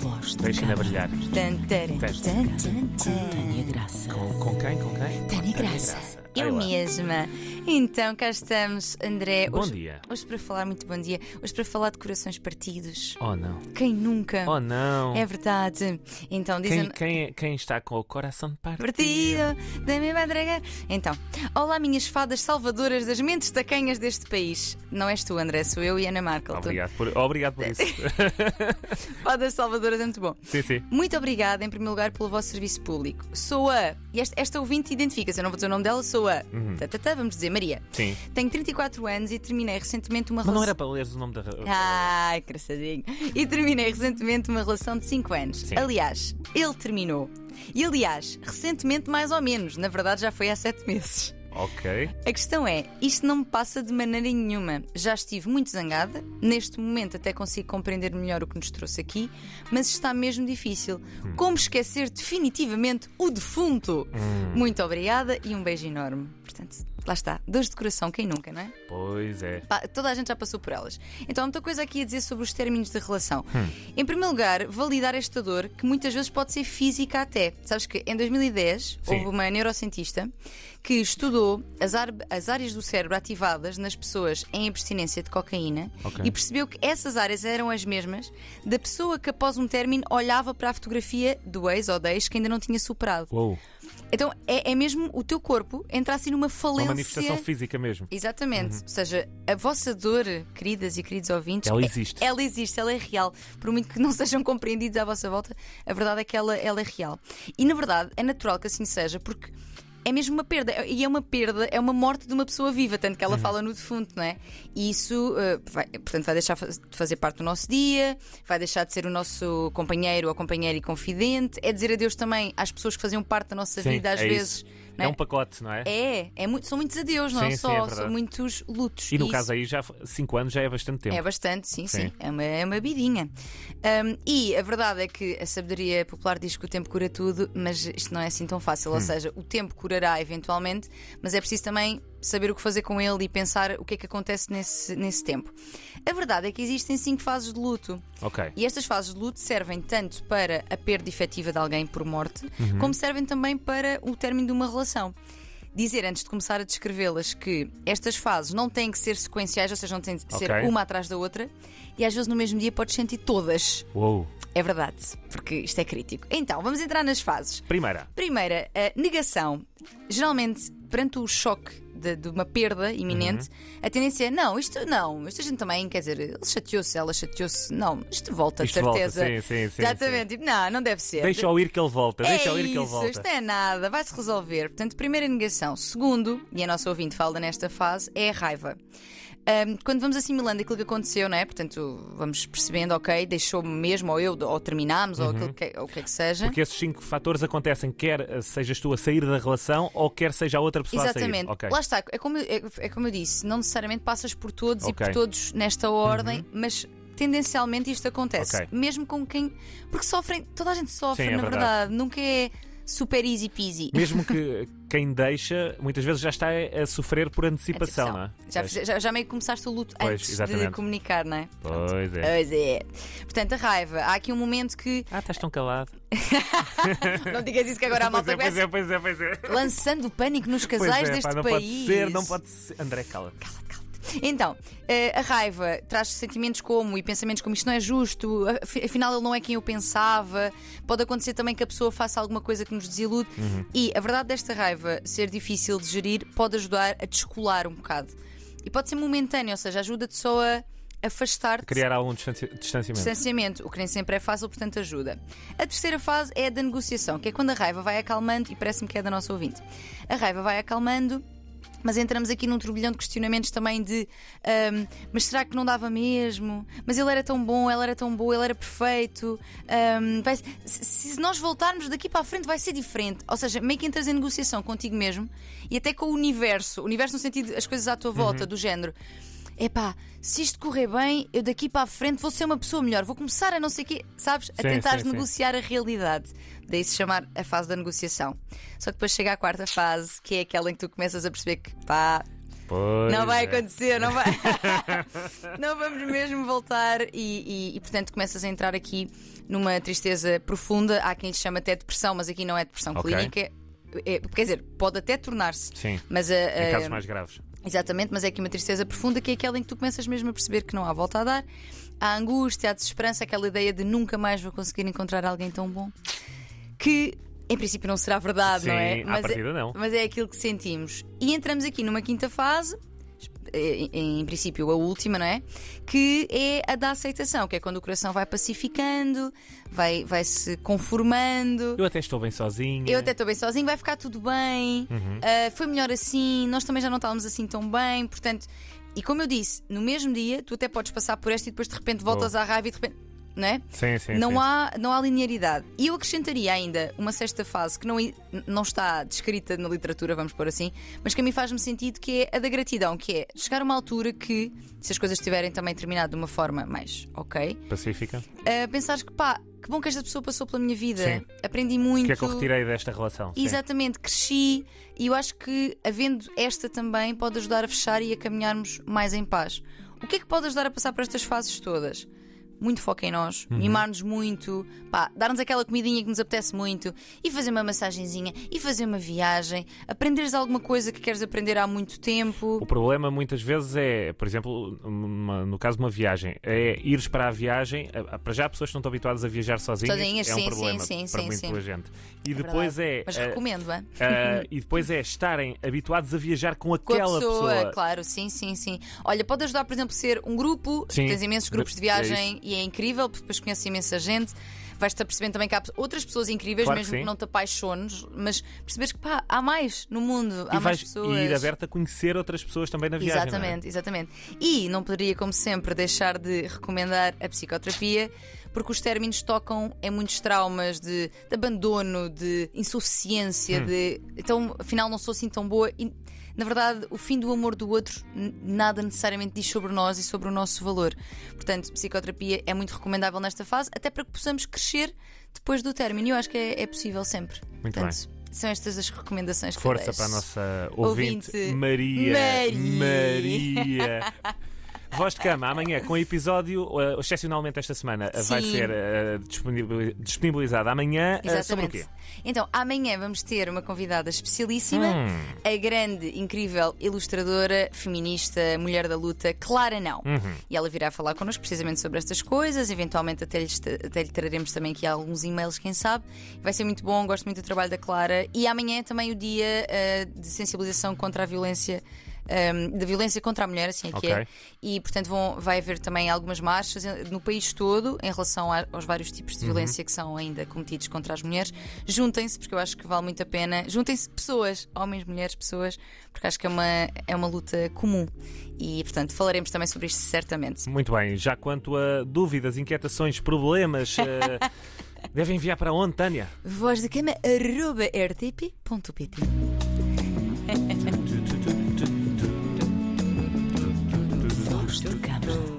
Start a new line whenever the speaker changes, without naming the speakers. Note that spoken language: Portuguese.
Voz de
Deixa-me brilhar. Teste.
Tânia Graça.
Com, com quem? Com quem?
Tânia Graça.
Ai
Eu
lá.
mesma. Então, cá estamos, André.
Bom
Hoje-
dia.
Hoje para falar, muito bom dia. Hoje para falar de corações partidos.
Oh não.
Quem nunca?
Oh não.
É verdade. Então, dizem.
Quem, quem, é- quem está com o coração partido?
Partido da minha madrega. Então, olá, minhas fadas salvadoras das mentes tacanhas deste país. Não és tu, André, sou eu e Ana Markel.
Obrigado por, obrigado por isso.
Fadas salvadoras é muito bom.
sim, sim.
Muito obrigada, em primeiro lugar, pelo vosso serviço público. Sou a. e Esta, esta ouvinte identifica-se, eu não vou dizer o nome dela, sou a. Tá, tá, tá, vamos dizer, Maria.
Uhum. Sim.
Tenho 34 anos e terminei recentemente uma
Mas não era
relação.
para leres o nome da. ra-
Ai, engraçadinho. E terminei recentemente uma relação de 5 anos.
Sim.
Aliás, ele terminou. E aliás, recentemente mais ou menos, na verdade já foi há 7 meses.
Ok.
A questão é, isto não me passa de maneira nenhuma. Já estive muito zangada, neste momento até consigo compreender melhor o que nos trouxe aqui, mas está mesmo difícil. Como esquecer definitivamente o defunto? Muito obrigada e um beijo enorme. Portanto, lá está. Dores de coração, quem nunca, não é?
Pois é.
Pá, toda a gente já passou por elas. Então, há muita coisa aqui a dizer sobre os términos de relação.
Hum.
Em primeiro lugar, validar esta dor, que muitas vezes pode ser física até. Sabes que em 2010
Sim.
houve uma neurocientista que estudou as, ar- as áreas do cérebro ativadas nas pessoas em abstinência de cocaína
Ok.
e percebeu que essas áreas eram as mesmas da pessoa que, após um término, olhava para a fotografia do ex ou da ex que ainda não tinha superado.
Uou.
Então, é, é mesmo o teu corpo entrar assim numa falência.
Uma manifestação física mesmo.
Exatamente, ou seja, a vossa dor, queridas e queridos ouvintes,
Uhum. Ela
é-
existe.
ela existe, ela é real. Por muito que não sejam compreendidos à vossa volta, a verdade é que ela, ela é real. E na verdade é natural que assim seja, porque é mesmo uma perda, e é uma perda, é uma morte de uma pessoa viva, tanto
Uhum.
que ela fala no defunto, não é? E isso, eh, vai- portanto, vai deixar fa- de fazer parte do nosso dia, vai deixar de ser o nosso companheiro ou companheira e confidente, é dizer adeus também às pessoas que faziam parte da nossa
Sim,
vida às
é
vezes.
isso.
não
É um pacote, não é?
é, é muito- são muitos adeus, não
Sim,
é
sim, é
só,
verdade.
são muitos lutos.
E no
isso
caso aí, já 5 anos já é bastante tempo.
é bastante, sim, sim,
Sim.
É, uma, é uma vidinha. Hum, e a verdade é que a sabedoria popular diz que o tempo cura tudo, mas isto não é assim tão fácil.
Hum.
Ou seja, o tempo curará eventualmente, mas é preciso também saber o que fazer com ele e pensar o que é que acontece nesse, nesse tempo. A verdade é que existem cinco fases de luto.
Ok.
E estas fases de luto servem tanto para a perda efetiva de alguém por morte, como servem também para o término de uma relação. Dizer antes de começar a descrevê-las que estas fases não têm que ser sequenciais, ou seja, não têm de ser
Ok.
uma atrás da outra, e às vezes no mesmo dia podes sentir todas.
Uou.
É verdade, porque isto é crítico. Então, vamos entrar nas fases.
Primeira.
Primeira, a negação. Geralmente, perante o choque de, de uma perda iminente,
Uhum.
a tendência é: não, isto não, isto a gente também, quer dizer, ele chateou-se, ela chateou-se, não, isto volta,
Isto
de
volta,
certeza.
sim, sim, sim,
Exatamente, tipo, não, não deve ser.
Deixa-o ir que ele volta.
é
Deixa-o ir que ele
isso, isto
volta.
é nada, vai-se resolver. Portanto, primeira negação. Segundo, e a nossa ouvinte fala nesta fase, é a raiva. Ahm, quando vamos assimilando aquilo que aconteceu, não é? Portanto, vamos percebendo, ok, deixou-me mesmo, ou eu, ou terminámos,
Uhum.
ou, aquilo que, ou o que é que seja.
Porque esses cinco fatores acontecem, quer eh, sejas tu a sair da relação ou quer seja a outra pessoa a Tipo, sair.
Exatamente.
Ok.
Lá está, é como, é, é como eu disse, não necessariamente passas por todos e
Ok. Uhum.
por todos nesta ordem, mas tendencialmente isto acontece.
Ok.
Mesmo com quem. Porque sofrem, toda a gente sofre,
Sim, é
na verdade.
verdade.
Nunca é super easy peasy.
Mesmo que quem deixa, muitas vezes já está a sofrer por antecipação, não é?
já, fiz- já, já meio que começaste o luto
Pois,
antes de
exatamente.
comunicar, não é?
Pois é.
Pois é. Portanto, a raiva. Há aqui um momento que.
Ah, estás tão calado.
Não digas isso que agora a
Pois
Ah, malta
é, pois
começa
é, pois é, pois é.
lançando pânico nos
Pois
casais
é,
deste
pá, não
país.
pode ser, não pode ser. André, cala.
Então, eh, a raiva traz sentimentos como e pensamentos como isto não é justo, af- afinal ele não é quem eu pensava. Pode acontecer também que a pessoa faça alguma coisa que nos desilude. E a verdade desta raiva ser difícil de gerir pode ajudar a descolar um bocado. E pode ser momentâneo, ou seja, ajuda-te só a afastar-te.
Criar algum distanci- distanciamento.
Distanciamento, o que nem sempre é fácil, portanto ajuda. A terceira fase é a da negociação, que é quando a raiva vai acalmando, e parece-me que é da nossa ouvinte. A raiva vai acalmando. Mas entramos aqui num turbilhão de questionamentos também de ahm, mas será que não dava mesmo? Mas ele era tão bom, ela era tão boa, ele era perfeito. ahm, vai- se, se nós voltarmos daqui para a frente vai ser diferente. Ou seja, meio que entras em negociação contigo mesmo e até com o universo. O universo no sentido de as coisas à tua volta, do género. Epá, se isto correr bem, eu daqui para a frente vou ser uma pessoa melhor, vou começar a não sei o quê, sabes? A
Sim,
tentar
sim, sim.
negociar a realidade. Daí se chamar a fase da negociação. Só que depois chega a quarta fase, que é aquela em que tu começas a perceber que pá,
Pois
não vai
é.
acontecer, não vai. não vamos mesmo voltar. E, e- e, portanto começas a entrar aqui numa tristeza profunda. Há quem lhe chama até depressão, mas aqui não é depressão
Ok.
clínica. É- quer dizer, pode até tornar-se.
Sim,
Mas a-
em
a-
casos mais graves.
Exatamente, mas é aqui uma tristeza profunda que é aquela em que tu começas mesmo a perceber que não há volta a dar. Há angústia, há desesperança, aquela ideia de nunca mais vou conseguir encontrar alguém tão bom. Que em princípio não será verdade,
Sim,
não é?
à
mas,
partida
é
não.
mas é aquilo que sentimos. E entramos aqui numa quinta fase. eh, Em, em princípio, a última, não é? Que é a da aceitação, que é quando o coração vai pacificando, vai, vai se conformando.
Eu até estou bem sozinho.
Eu até estou bem sozinho, vai ficar tudo bem,
Uhum.
ah, foi melhor assim, nós também já não estávamos assim tão bem, portanto, e como eu disse, no mesmo dia tu até podes passar por esta e depois de repente voltas à raiva e de repente. Não, é?
Sim, sim.
não,
sim.
há, não há linearidade. E eu acrescentaria ainda uma sexta fase que não, i- não está descrita na literatura, vamos pôr assim, mas que a mim faz-me sentido, que é a da gratidão, que é chegar a uma altura que, se as coisas tiverem também terminado de uma forma mais ok,
Pacífica.
ah, pensares que pá, que bom que esta pessoa passou pela minha vida,
Sim.
aprendi muito.
O que é que eu retirei desta relação? Sim.
Exatamente, cresci e eu acho que havendo esta também pode ajudar a fechar e a caminharmos mais em paz. O que é que pode ajudar a passar por estas fases todas? Muito foco em nós,
Uhum.
mimar-nos muito, pá, dar-nos aquela comidinha que nos apetece muito, e fazer uma massagenzinha, e fazer uma viagem, aprenderes alguma coisa que queres aprender há muito tempo.
O problema muitas vezes é, por exemplo, numa- no caso de uma viagem, é ires para a viagem. a- a- Para já, pessoas que não estão habituadas a viajar sozinhas,
Sozinhas,
é um
sim,
problema
sim, sim,
para
sim,
muito
sim.
muita gente. E depois
Verdade.
é.
Mas
ah,
recomendo, é?
ah, e depois é estarem habituados a viajar com
Com a
aquela
pessoa, claro, sim, sim, sim. Olha, pode ajudar, por exemplo, ser um grupo,
Sim.
tens imensos grupos de
É isso.
viagem e é incrível, porque depois conheces imensa gente. Vais-te apercebendo também que há outras pessoas incríveis,
Claro que
mesmo que,
sim.
não te apaixones, mas percebes que pá, há mais no mundo, há
E
mais
vais
pessoas.
ir aberta a conhecer outras pessoas também na viagem. não é?
Exatamente, exatamente. E não poderia, como sempre, deixar de recomendar a psicoterapia, porque os términos tocam em muitos traumas de, de abandono, de insuficiência,
Hum.
de então afinal não sou assim tão boa. E, na verdade, o fim do amor do outro n- nada necessariamente diz sobre nós e sobre o nosso valor. Portanto, psicoterapia é muito recomendável nesta fase, até para que possamos crescer depois do término. E eu acho que é, é possível sempre.
Muito
Portanto, São estas as recomendações que eu
Força
deixo.
para a nossa ouvinte,
Ouvinte
Maria.
Maria.
Maria. Voz de cama, amanhã, com episódio, eh, excepcionalmente esta semana, eh, vai
Sim.
ser eh, disponibil- disponibilizado amanhã. eh, Sobre o
Exatamente.
quê?
Então, amanhã vamos ter uma convidada especialíssima,
Hum.
a grande, incrível ilustradora, feminista, mulher da luta, Clara Não.
Uhum.
E ela virá falar connosco precisamente sobre estas coisas, eventualmente até lhe, esta- até lhe traremos também aqui alguns e-mails, quem sabe. Vai ser muito bom, gosto muito do trabalho da Clara. E amanhã é também o dia eh, de sensibilização contra a violência. ehm, da violência contra a mulher, assim é que é.
Ok.
E, portanto, vão, vai haver também algumas marchas eh, no país todo em relação a- aos vários tipos de violência que são ainda cometidos contra as mulheres. Juntem-se, porque eu acho que vale muito a pena. Juntem-se pessoas, homens, mulheres, pessoas, porque acho que é uma, é uma luta comum. E, portanto, falaremos também sobre isto certamente.
Muito bem, já quanto a dúvidas, inquietações, problemas, eh, devem enviar para onde, Tânia?
Voz de cama, arroba rtp.pt.
Voz do Cama.